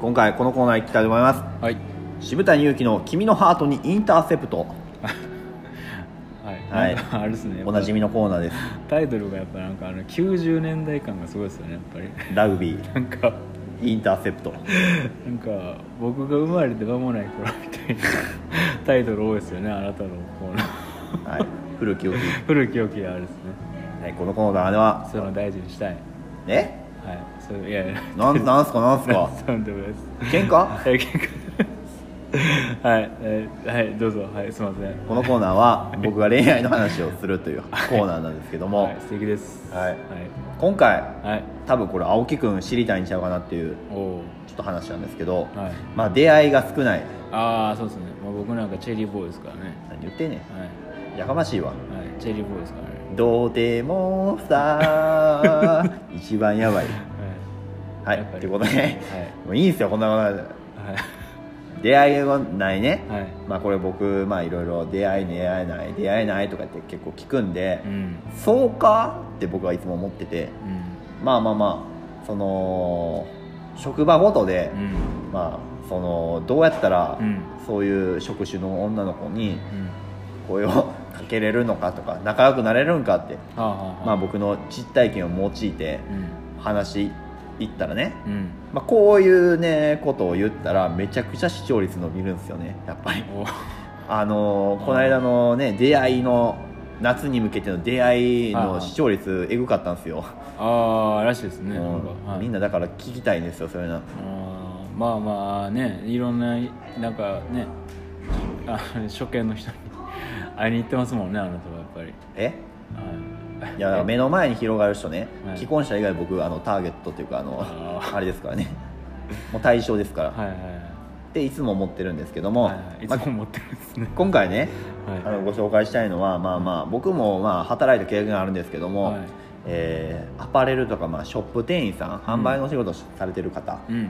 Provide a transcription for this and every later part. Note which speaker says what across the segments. Speaker 1: 今回このコーナー行きたいと思いま
Speaker 2: はい
Speaker 1: す渋谷祐希の「君のハートにインターセプト
Speaker 2: はい、
Speaker 1: はい
Speaker 2: なんかあれです」ね
Speaker 1: おなじみのコーナーです
Speaker 2: タイトルがやっぱなんかあの90年代感がすごいですよねやっぱり
Speaker 1: ラグビー
Speaker 2: なんか
Speaker 1: インターセプト
Speaker 2: なんか僕が生まれて間もない頃みたいなタイトル多いですよねあなたの コーナ
Speaker 1: は
Speaker 2: ー
Speaker 1: い古き良き、
Speaker 2: 古き良きあれですね
Speaker 1: はい、このコーナーでは
Speaker 2: そういうの大事にしたいはい
Speaker 1: え
Speaker 2: そういやいや
Speaker 1: なんなんすかなんす か
Speaker 2: そうでもないです
Speaker 1: 喧嘩
Speaker 2: はい喧嘩ですはい、えーはい、どうぞはいすいません
Speaker 1: このコーナーは僕が恋愛の話をするというコーナーなんですけども、
Speaker 2: はい、素敵です
Speaker 1: はい
Speaker 2: は
Speaker 1: 今回
Speaker 2: い、はい、
Speaker 1: 多分これ青木くん知りたいんちゃうかなっていう
Speaker 2: おお
Speaker 1: ちょっと話なんですけど、
Speaker 2: はい
Speaker 1: まあ出会いが少ない
Speaker 2: ああそうですね、まあ、僕なんかチェリーボーイですからね
Speaker 1: 何言ってんね
Speaker 2: はい
Speaker 1: んやかましいわ
Speaker 2: はい、チェリーボーイですからね。
Speaker 1: どうでも さ一番やばいは
Speaker 2: や
Speaker 1: い
Speaker 2: っぱり
Speaker 1: ってことで、
Speaker 2: はい
Speaker 1: もういいんすよこんなこと
Speaker 2: はい。
Speaker 1: 出会いがないね、
Speaker 2: はい。
Speaker 1: まあこれ僕まあいろいろ出会い出会えない出会えないとかって結構聞くんで、
Speaker 2: うん。
Speaker 1: そうかって僕はいつも思ってて
Speaker 2: うん。
Speaker 1: まあまあまあその職場ごとで、
Speaker 2: うん。
Speaker 1: まあそのどうやったら、
Speaker 2: うん
Speaker 1: そういう職種の女の子に
Speaker 2: うん。
Speaker 1: 声をかけれるのかとか仲良くなれるんかって、
Speaker 2: はあ、はあ。
Speaker 1: まあ。僕の実体験を用いて
Speaker 2: うん。
Speaker 1: 話していったらね、
Speaker 2: うん。
Speaker 1: まあ、こういうねことを言ったらめちゃくちゃ視聴率伸びるんですよねやっぱり
Speaker 2: お。
Speaker 1: あのーこの間のね出会いの夏に向けての出会いの視聴率えぐかったんですよ、
Speaker 2: ああ、らしいですね。なんか。
Speaker 1: うん
Speaker 2: はい、
Speaker 1: みんなだから聞きたいんですよそういうの
Speaker 2: あーまあまあ、ね、いろんな、なんかね。あ、初見の人に。 会いに行ってますもんね、あなたはやっぱり。
Speaker 1: え
Speaker 2: はい。
Speaker 1: いやだから目の前に広がる人ね、
Speaker 2: はい
Speaker 1: 既婚者以外僕あのターゲットというかあの
Speaker 2: あ
Speaker 1: あ
Speaker 2: ー
Speaker 1: れですからねもう対象ですから、
Speaker 2: はいはい
Speaker 1: っていつも思ってるんですけども、
Speaker 2: はい。はい。いつ
Speaker 1: まあ
Speaker 2: も持ってるんですね。
Speaker 1: 今回ね
Speaker 2: はい。
Speaker 1: あのご紹介したいのはまあまあ僕もまあ働いた経験があるんですけども、
Speaker 2: はい
Speaker 1: えーアパレルとかまあショップ店員さん販売のお仕事されてる方、
Speaker 2: うんうん。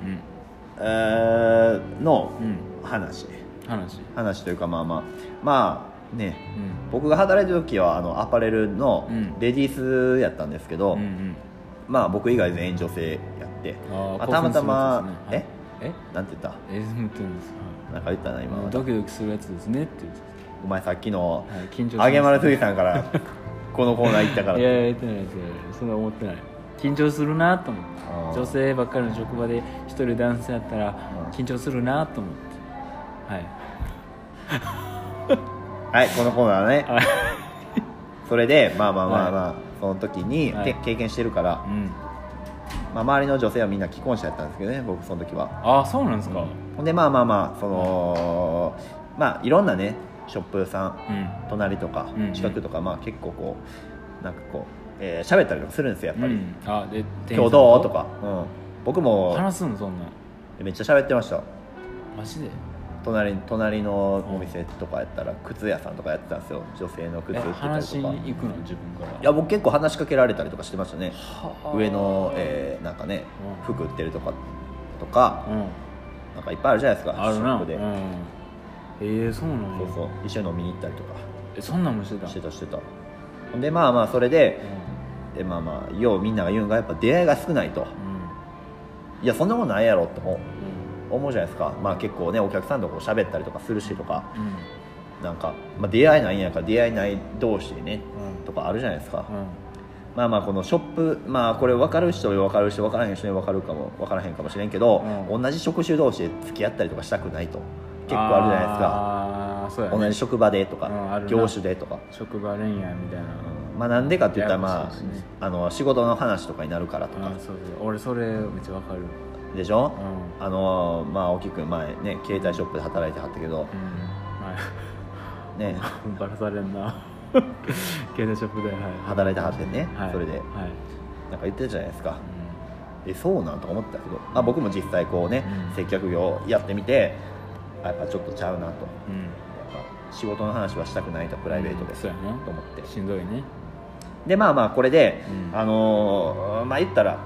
Speaker 1: えーの
Speaker 2: うん。
Speaker 1: 話
Speaker 2: 話。
Speaker 1: 話というかまあまあまあね
Speaker 2: うん。
Speaker 1: 僕が働いた時はあのアパレルの
Speaker 2: うん
Speaker 1: レディースやったんですけど、
Speaker 2: うんうん。
Speaker 1: まあ僕以外全員女性やって
Speaker 2: あ
Speaker 1: あ
Speaker 2: あ、
Speaker 1: たまたま
Speaker 2: 興奮するやつですねはいえ。
Speaker 1: なんて言った
Speaker 2: えー、ってんですか
Speaker 1: なんか言ったな今
Speaker 2: ドキドキするやつですねって言って
Speaker 1: お前さっきの
Speaker 2: た、はい、緊張します
Speaker 1: あげまるすぎさんからこのコーナー行ったから
Speaker 2: いやいや言ってない言ってないそんな思ってない緊張するなと思って
Speaker 1: あー
Speaker 2: 女性ばっかりの職場で一人男性やった
Speaker 1: うん
Speaker 2: ら緊張するなと思ってはい
Speaker 1: はいこのコーナーね
Speaker 2: はい
Speaker 1: それでまあまあまあまあ、その時に、
Speaker 2: はい
Speaker 1: け経験してるから
Speaker 2: う、ん
Speaker 1: まあ、周りの女性はみんな既婚者やったんですけどね僕その時は
Speaker 2: ああそうなんですか
Speaker 1: ほんでまあまあまあそのまあいろんなねショップさん
Speaker 2: うん
Speaker 1: 隣とか
Speaker 2: うんうん
Speaker 1: 近くとか、まあ結構こうなんかこうえー喋ったりとかするんですよやっぱり、
Speaker 2: うんあで店
Speaker 1: 今
Speaker 2: 員さん
Speaker 1: 日どうとか、うん、僕も
Speaker 2: 話すのそんな
Speaker 1: めっちゃ喋ってました
Speaker 2: マジで
Speaker 1: 隣隣のお店とかやったら靴屋さんとかやってたんですよ女性の靴売
Speaker 2: え
Speaker 1: ってたり
Speaker 2: 話
Speaker 1: と
Speaker 2: し
Speaker 1: か
Speaker 2: に行くの自分から
Speaker 1: いや僕結構話しかけられたりとかしてましたね
Speaker 2: はあ
Speaker 1: 上の、えーなんかね
Speaker 2: うん
Speaker 1: 服売ってるとかとか
Speaker 2: うん
Speaker 1: なんかいっぱいあるじゃないですか
Speaker 2: あるな
Speaker 1: ショップで、
Speaker 2: うん、えー、そうなんや
Speaker 1: そうそう一緒に飲みに行ったりとか
Speaker 2: えそんなんもしてた
Speaker 1: してたしてたほんでまあまあそれで
Speaker 2: う
Speaker 1: でまあまあようみんなが言うんがやっぱ出会いが少ないと
Speaker 2: んうん
Speaker 1: いやそんなもんないやろって思う
Speaker 2: う
Speaker 1: 思うじゃないですかまあ結構ねお客さんとこう喋ったりとかするしとか
Speaker 2: ん
Speaker 1: なんか、まあ、出会いないんやから出会いない同士でね
Speaker 2: うん
Speaker 1: とかあるじゃないですか、
Speaker 2: うん
Speaker 1: まあまあこのショップまあこれ分かる人に分かる人分からへん人に分かるかも分からへんかもしれんけど、
Speaker 2: うん
Speaker 1: 同じ職種同士で付き合ったりとかしたくないと結構あるじゃないですか
Speaker 2: ああそうや、ね、
Speaker 1: 同じ職場でとか、
Speaker 2: うんあるな
Speaker 1: 業種でとか、
Speaker 2: 職場恋愛みたいな
Speaker 1: まあなんでかって言ったら
Speaker 2: やや
Speaker 1: まあ
Speaker 2: こしいしね
Speaker 1: あの仕事の話とかになるからと
Speaker 2: あ
Speaker 1: か
Speaker 2: ーそうそう俺それめっちゃわかる
Speaker 1: でしょ
Speaker 2: う、んうん
Speaker 1: あのまあ青木君前ね携帯ショップで働いてはったけど、
Speaker 2: はい
Speaker 1: ね
Speaker 2: バラされんな携帯ショップで、はい、
Speaker 1: 働いてはってね、
Speaker 2: はい
Speaker 1: それで
Speaker 2: はい
Speaker 1: なんか言ってたじゃないですか、えそうなんとか思ってたけど、まあ、僕も実際こうね、
Speaker 2: うん
Speaker 1: 接客業やってみてあやっぱちょっとちゃうなと
Speaker 2: うん、うん、
Speaker 1: やっぱ仕事の話はしたくないとプライベートで、
Speaker 2: そうやな
Speaker 1: と思って
Speaker 2: しんどいね
Speaker 1: でまあまあこれで、
Speaker 2: うん
Speaker 1: あのーまあ言ったら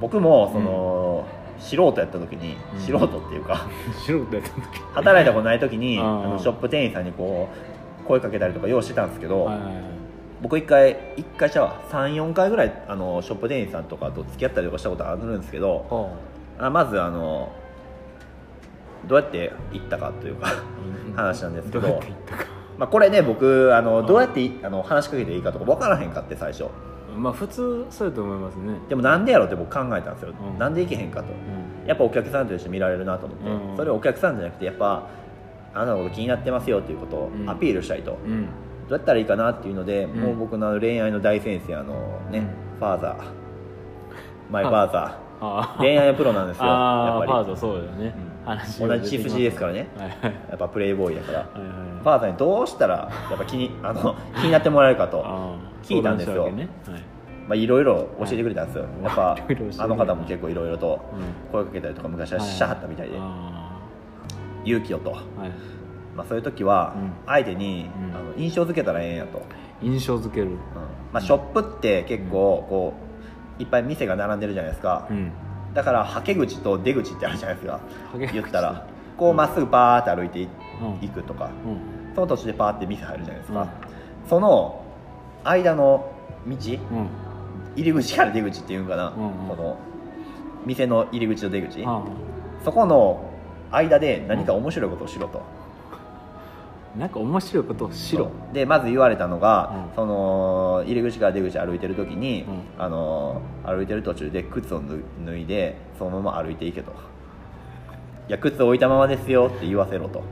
Speaker 1: 僕もその、素人やった時に、
Speaker 2: うん
Speaker 1: 素人っていうか
Speaker 2: 素人やった時
Speaker 1: 働いたことない時に
Speaker 2: う
Speaker 1: あ
Speaker 2: ん
Speaker 1: のショップ店員さんにこう声かけたりとかようしてたんですけど、
Speaker 2: はいはいはい
Speaker 1: 僕一回一回ちゃうわ34回ぐらいあのショップ店員さんとかと付き合ったりとかしたことあるんですけど
Speaker 2: ほ
Speaker 1: あまずあのどうやって行ったかというか話なんですけど
Speaker 2: どうやって行ったか
Speaker 1: まあこれね僕あのどうやっていあの話しかけていいかとか分からへんかって最初
Speaker 2: まあ普通そうやと思いますね
Speaker 1: でもなんでやろうって僕考えたんですよ、
Speaker 2: うん
Speaker 1: なんで行けへんかと
Speaker 2: うん
Speaker 1: やっぱお客さんとして見られるなと思って、
Speaker 2: うん
Speaker 1: それをお客さんじゃなくてやっぱあなたのこと気になってますよということを
Speaker 2: うん
Speaker 1: アピールしたいと、
Speaker 2: うん
Speaker 1: どうやったらいいかなっていうので、
Speaker 2: ん
Speaker 1: もう僕の恋愛の大先生あのね、
Speaker 2: うん
Speaker 1: ファーザーマイファーザ
Speaker 2: あ
Speaker 1: ー
Speaker 2: ー
Speaker 1: 恋愛のプロなんですよや
Speaker 2: あ
Speaker 1: っ
Speaker 2: ーパー
Speaker 1: ぱ
Speaker 2: トそうだよね
Speaker 1: うん
Speaker 2: 話
Speaker 1: り同じ血筋ですからね
Speaker 2: らはいはい
Speaker 1: やっぱプレイボーイだから
Speaker 2: はいはい
Speaker 1: ファーザーにどうしたらやっぱ気にあ の気になってもらえるかと
Speaker 2: あー
Speaker 1: 聞いたんですよ
Speaker 2: 相談したわけね
Speaker 1: まあいろいろ教えてくれたんですよ、やっぱ
Speaker 2: いろいろ教えてくれた
Speaker 1: あの方も結構いろいろと
Speaker 2: はいうん
Speaker 1: 声かけたりとか昔はしゃはったみたいで
Speaker 2: あ
Speaker 1: 勇気をと、
Speaker 2: ーはい
Speaker 1: まあ、そういう時は
Speaker 2: うん
Speaker 1: 相手に、
Speaker 2: うん
Speaker 1: あの印象付けたらええんやと、
Speaker 2: 印象付ける
Speaker 1: うんまあ、ショップって結構こういっぱい店が並んでるじゃないですか、
Speaker 2: うん
Speaker 1: だからはけ口と出口ってあるじゃないです か
Speaker 2: はけ口
Speaker 1: 言ったらこうまっすぐパーって歩いてい
Speaker 2: うん
Speaker 1: いくとか
Speaker 2: うん
Speaker 1: その途中でパーって店入るじゃないですか、その間の道入
Speaker 2: うん
Speaker 1: り口から出口っていうんかな、
Speaker 2: うんうん
Speaker 1: この店の入り口と出口、
Speaker 2: あ
Speaker 1: そこの間で何か面白いことをしろと、
Speaker 2: ーなんか面白いことをしろ
Speaker 1: そうでまず言われたのが、
Speaker 2: うん
Speaker 1: その入り口から出口歩いてる時に、
Speaker 2: うん
Speaker 1: あの歩いてる途中で靴を脱脱いでそのまま歩いていけといや靴置いたままですよって言わせろ と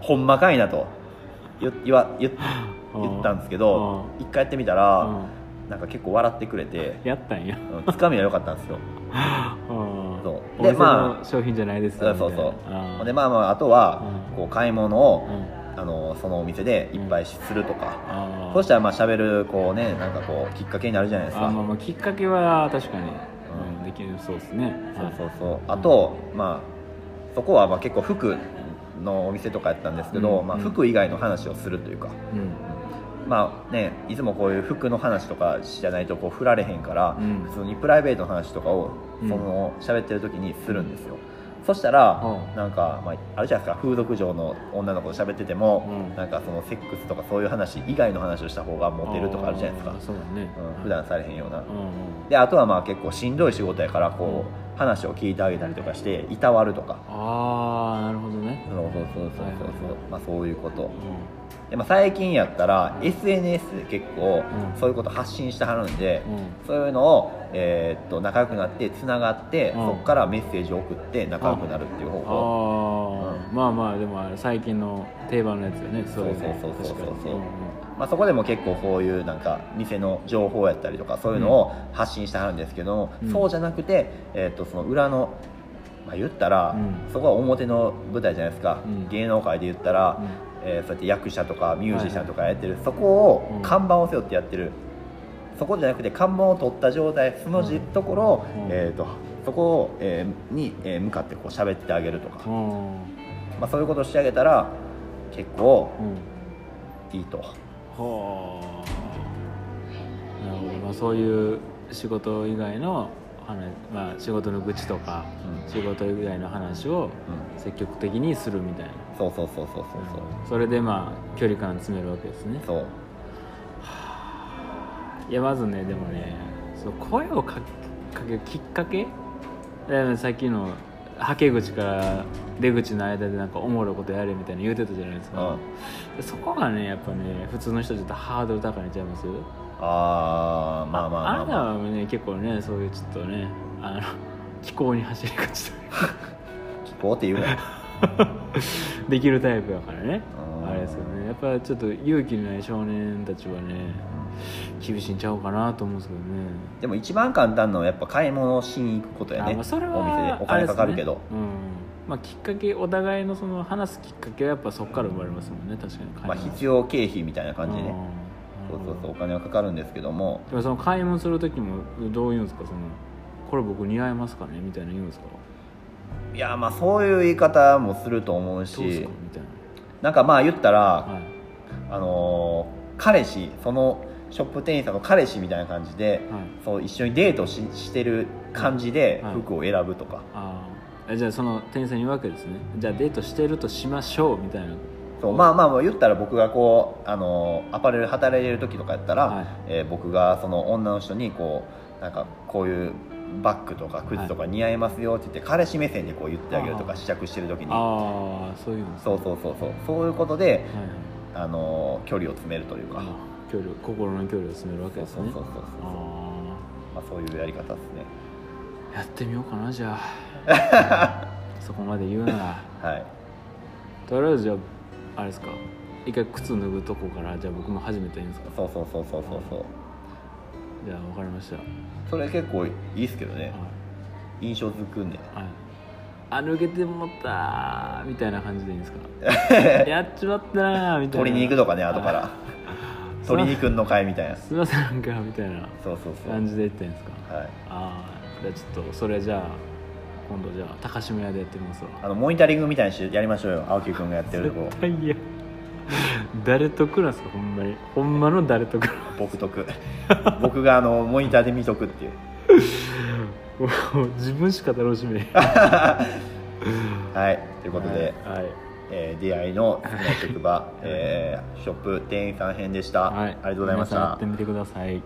Speaker 1: ほんまかいなと言言わ言言ったんですけど一回やってみたら、
Speaker 2: う
Speaker 1: なんか結構笑ってくれて
Speaker 2: んやったんや
Speaker 1: うんつかみは良かったんですよそ
Speaker 2: そうう
Speaker 1: で
Speaker 2: で
Speaker 1: まあ
Speaker 2: まあ商品じゃないです
Speaker 1: そ
Speaker 2: よ
Speaker 1: うそうそう
Speaker 2: みたいなあー
Speaker 1: でまあまああとは、
Speaker 2: うん
Speaker 1: こう買い物を、
Speaker 2: うん
Speaker 1: あのそのお店でいっぱいするとか、
Speaker 2: あー
Speaker 1: そしたらまあ喋るこうねなんかこうきっかけになるじゃないです
Speaker 2: あーまあ
Speaker 1: か。
Speaker 2: まあきっかけは確かに
Speaker 1: うん
Speaker 2: うんできるそうですね
Speaker 1: そうそうそう。
Speaker 2: ん
Speaker 1: あとまあそこはまあ結構服のお店とかやったんですけど、
Speaker 2: うん
Speaker 1: まあ
Speaker 2: うん
Speaker 1: 服以外の話をするというか、
Speaker 2: うん
Speaker 1: まあねいつもこういう服の話とかじゃないとこう振られへんから、
Speaker 2: うん
Speaker 1: 普通にプライベートの話とかをそ
Speaker 2: うん
Speaker 1: の喋ってる時にするんですよ。そしたら、
Speaker 2: うん
Speaker 1: なんか、まあ、あるじゃないですか風俗嬢の女の子と喋ってても、
Speaker 2: うん
Speaker 1: なんかそのセックスとかそういう話以外の話をした方がモテるとかあるじゃないですか
Speaker 2: あー、そうだね
Speaker 1: うん、普段されへんような、
Speaker 2: うんうん
Speaker 1: であとはまあ結構しんどい仕事やからこう、話を聞いてあげたりとかしていたわるとか
Speaker 2: ああなるほどね
Speaker 1: そうそうそうそうそうそう、まあ、そういうこと
Speaker 2: う
Speaker 1: で、まあ、最近やったら SNS で結構
Speaker 2: うん
Speaker 1: そういうこと発信してはるんで、
Speaker 2: んうん
Speaker 1: そういうのを、えーっと仲良くなってつながって、
Speaker 2: うん
Speaker 1: そこからメッセージを送って仲良くなるっていう方法
Speaker 2: ああ、
Speaker 1: う
Speaker 2: まあまあでもあれ最近の定番のやつよねそういうの
Speaker 1: そうそうそうそうそう
Speaker 2: 確かにんん
Speaker 1: まあ、そこでも結構こういうなんか店の情報やったりとかそういうのを発信してはるんですけど、
Speaker 2: うん
Speaker 1: そうじゃなくて、えー、とその裏の、まあ、言ったら、
Speaker 2: うん
Speaker 1: そこは表の舞台じゃないですか、
Speaker 2: うん
Speaker 1: 芸能界で言ったら、
Speaker 2: うん
Speaker 1: えーそうやって役者とかミュージシャンとかやってる、そこ
Speaker 2: う
Speaker 1: を
Speaker 2: ん
Speaker 1: 看板を背負ってやってる、そこじゃなくて看板を取った状態そのじところを、
Speaker 2: うん
Speaker 1: えー、とそこを、えーに、えー向かってこう喋ってあげるとか、
Speaker 2: うん
Speaker 1: まあ、そういうことをしてあげたら結構
Speaker 2: うん
Speaker 1: いいと。
Speaker 2: はあなるほど、まあ、そういう仕事以外の話、まあ、仕事の愚痴とか、
Speaker 1: うん
Speaker 2: 仕事以外の話を
Speaker 1: う
Speaker 2: 積極的にするみたいな
Speaker 1: そうそうそうそうそうそう
Speaker 2: それでまあ距離感詰めるわけですね
Speaker 1: そう
Speaker 2: いやまずねでもねその声をかけかけるきっかけだからさっきのはけ口から出口の間でなんかおもろいことやれみたいな言うてたじゃないですか、でそこがねやっぱね普通の人ちょっとハードル高いんちゃいます
Speaker 1: あーまあまあまあ、ま
Speaker 2: あ
Speaker 1: あ、
Speaker 2: なたはね結構ねそういうちょっとねあの気候に走りがちというか
Speaker 1: 聞こうって言うね
Speaker 2: できるタイプやからね
Speaker 1: うん
Speaker 2: あれですよねやっぱちょっと勇気のない少年たちはね厳しいんちゃうかなと思うんですけどね
Speaker 1: でも一番簡単なのはやっぱ買い物しに行くことやね
Speaker 2: あまあそれは
Speaker 1: お店でお金かかるけど、
Speaker 2: あれですねうんまあ、きっかけお互いのその話すきっかけはやっぱそこから生まれますもんね確か
Speaker 1: ま
Speaker 2: に
Speaker 1: あ、必要経費みたいな感じでねそうそうそうお
Speaker 2: う
Speaker 1: 金はかかるんですけども
Speaker 2: でもその買い物する時もどう言うんですかそのこれ僕似合いますかねみたいな言うんですか
Speaker 1: いやまあそういう言い方もすると思う
Speaker 2: どうです
Speaker 1: し
Speaker 2: かみたい
Speaker 1: なんかまあ言ったら、
Speaker 2: な、はい
Speaker 1: あのー彼氏そのショップ店員さんの彼氏みたいな感じで、
Speaker 2: はい、
Speaker 1: そう一緒にデートししてる感じで
Speaker 2: はい
Speaker 1: 服を選ぶとか、
Speaker 2: ああじゃあその店員さんに言うわけですねじゃあデートしてるとしましょうみたいな
Speaker 1: そうまあまあまあ言ったら僕がこうあのアパレル働いてる時とかやったら、
Speaker 2: はい
Speaker 1: えー僕がその女の人にこうなんかこういうバッグとか靴とか似合いますよって言って、彼氏目線でこう言ってあげるとか
Speaker 2: あー
Speaker 1: 試着してる時に
Speaker 2: ああそういうの
Speaker 1: そうそうそうそうそういうことで、
Speaker 2: はいはい
Speaker 1: あのー距離を詰めるというか、
Speaker 2: あ距離を心の距離を詰めるわけです
Speaker 1: そう
Speaker 2: ね
Speaker 1: そうそうそう
Speaker 2: あ
Speaker 1: まあ、そういうやり方ですね
Speaker 2: あやってみようかなじゃ あそこまで言うなら
Speaker 1: はい
Speaker 2: とりあえずじゃああれですか一回靴脱ぐとこからじゃあ僕も始めていいんですか
Speaker 1: そうそうそうそうそうそう
Speaker 2: じゃあ分かりましたは
Speaker 1: それ結構いいっすけどね
Speaker 2: い
Speaker 1: 印象づくんで
Speaker 2: はい、あ抜けてもったーみたいな感じでいいんですか やっちまったなーみたいな
Speaker 1: 取りに行くとかね後か
Speaker 2: あ
Speaker 1: ら 取りに行くんのかいみたいな
Speaker 2: すいませんなんかみたいな
Speaker 1: そうそうそう
Speaker 2: 感じで言ってんですか
Speaker 1: はい
Speaker 2: ああじゃあちょっとそれじゃあ今度じゃあ高島屋でやってみますわ
Speaker 1: あのモニタリングみたいにしてやりましょうよ青木君がやってるとこ
Speaker 2: 絶対嫌誰と来るんすかほんまにほんまの誰と来る
Speaker 1: 僕得 僕があのモニターで見とくっていう
Speaker 2: もう自分しか楽しみない
Speaker 1: はいということで、
Speaker 2: はい、はい
Speaker 1: えー出会いの好きな職場、えーショップ店員さん編でした、あ
Speaker 2: はい
Speaker 1: りがとうございまし
Speaker 2: 皆さんや
Speaker 1: た
Speaker 2: ってみてください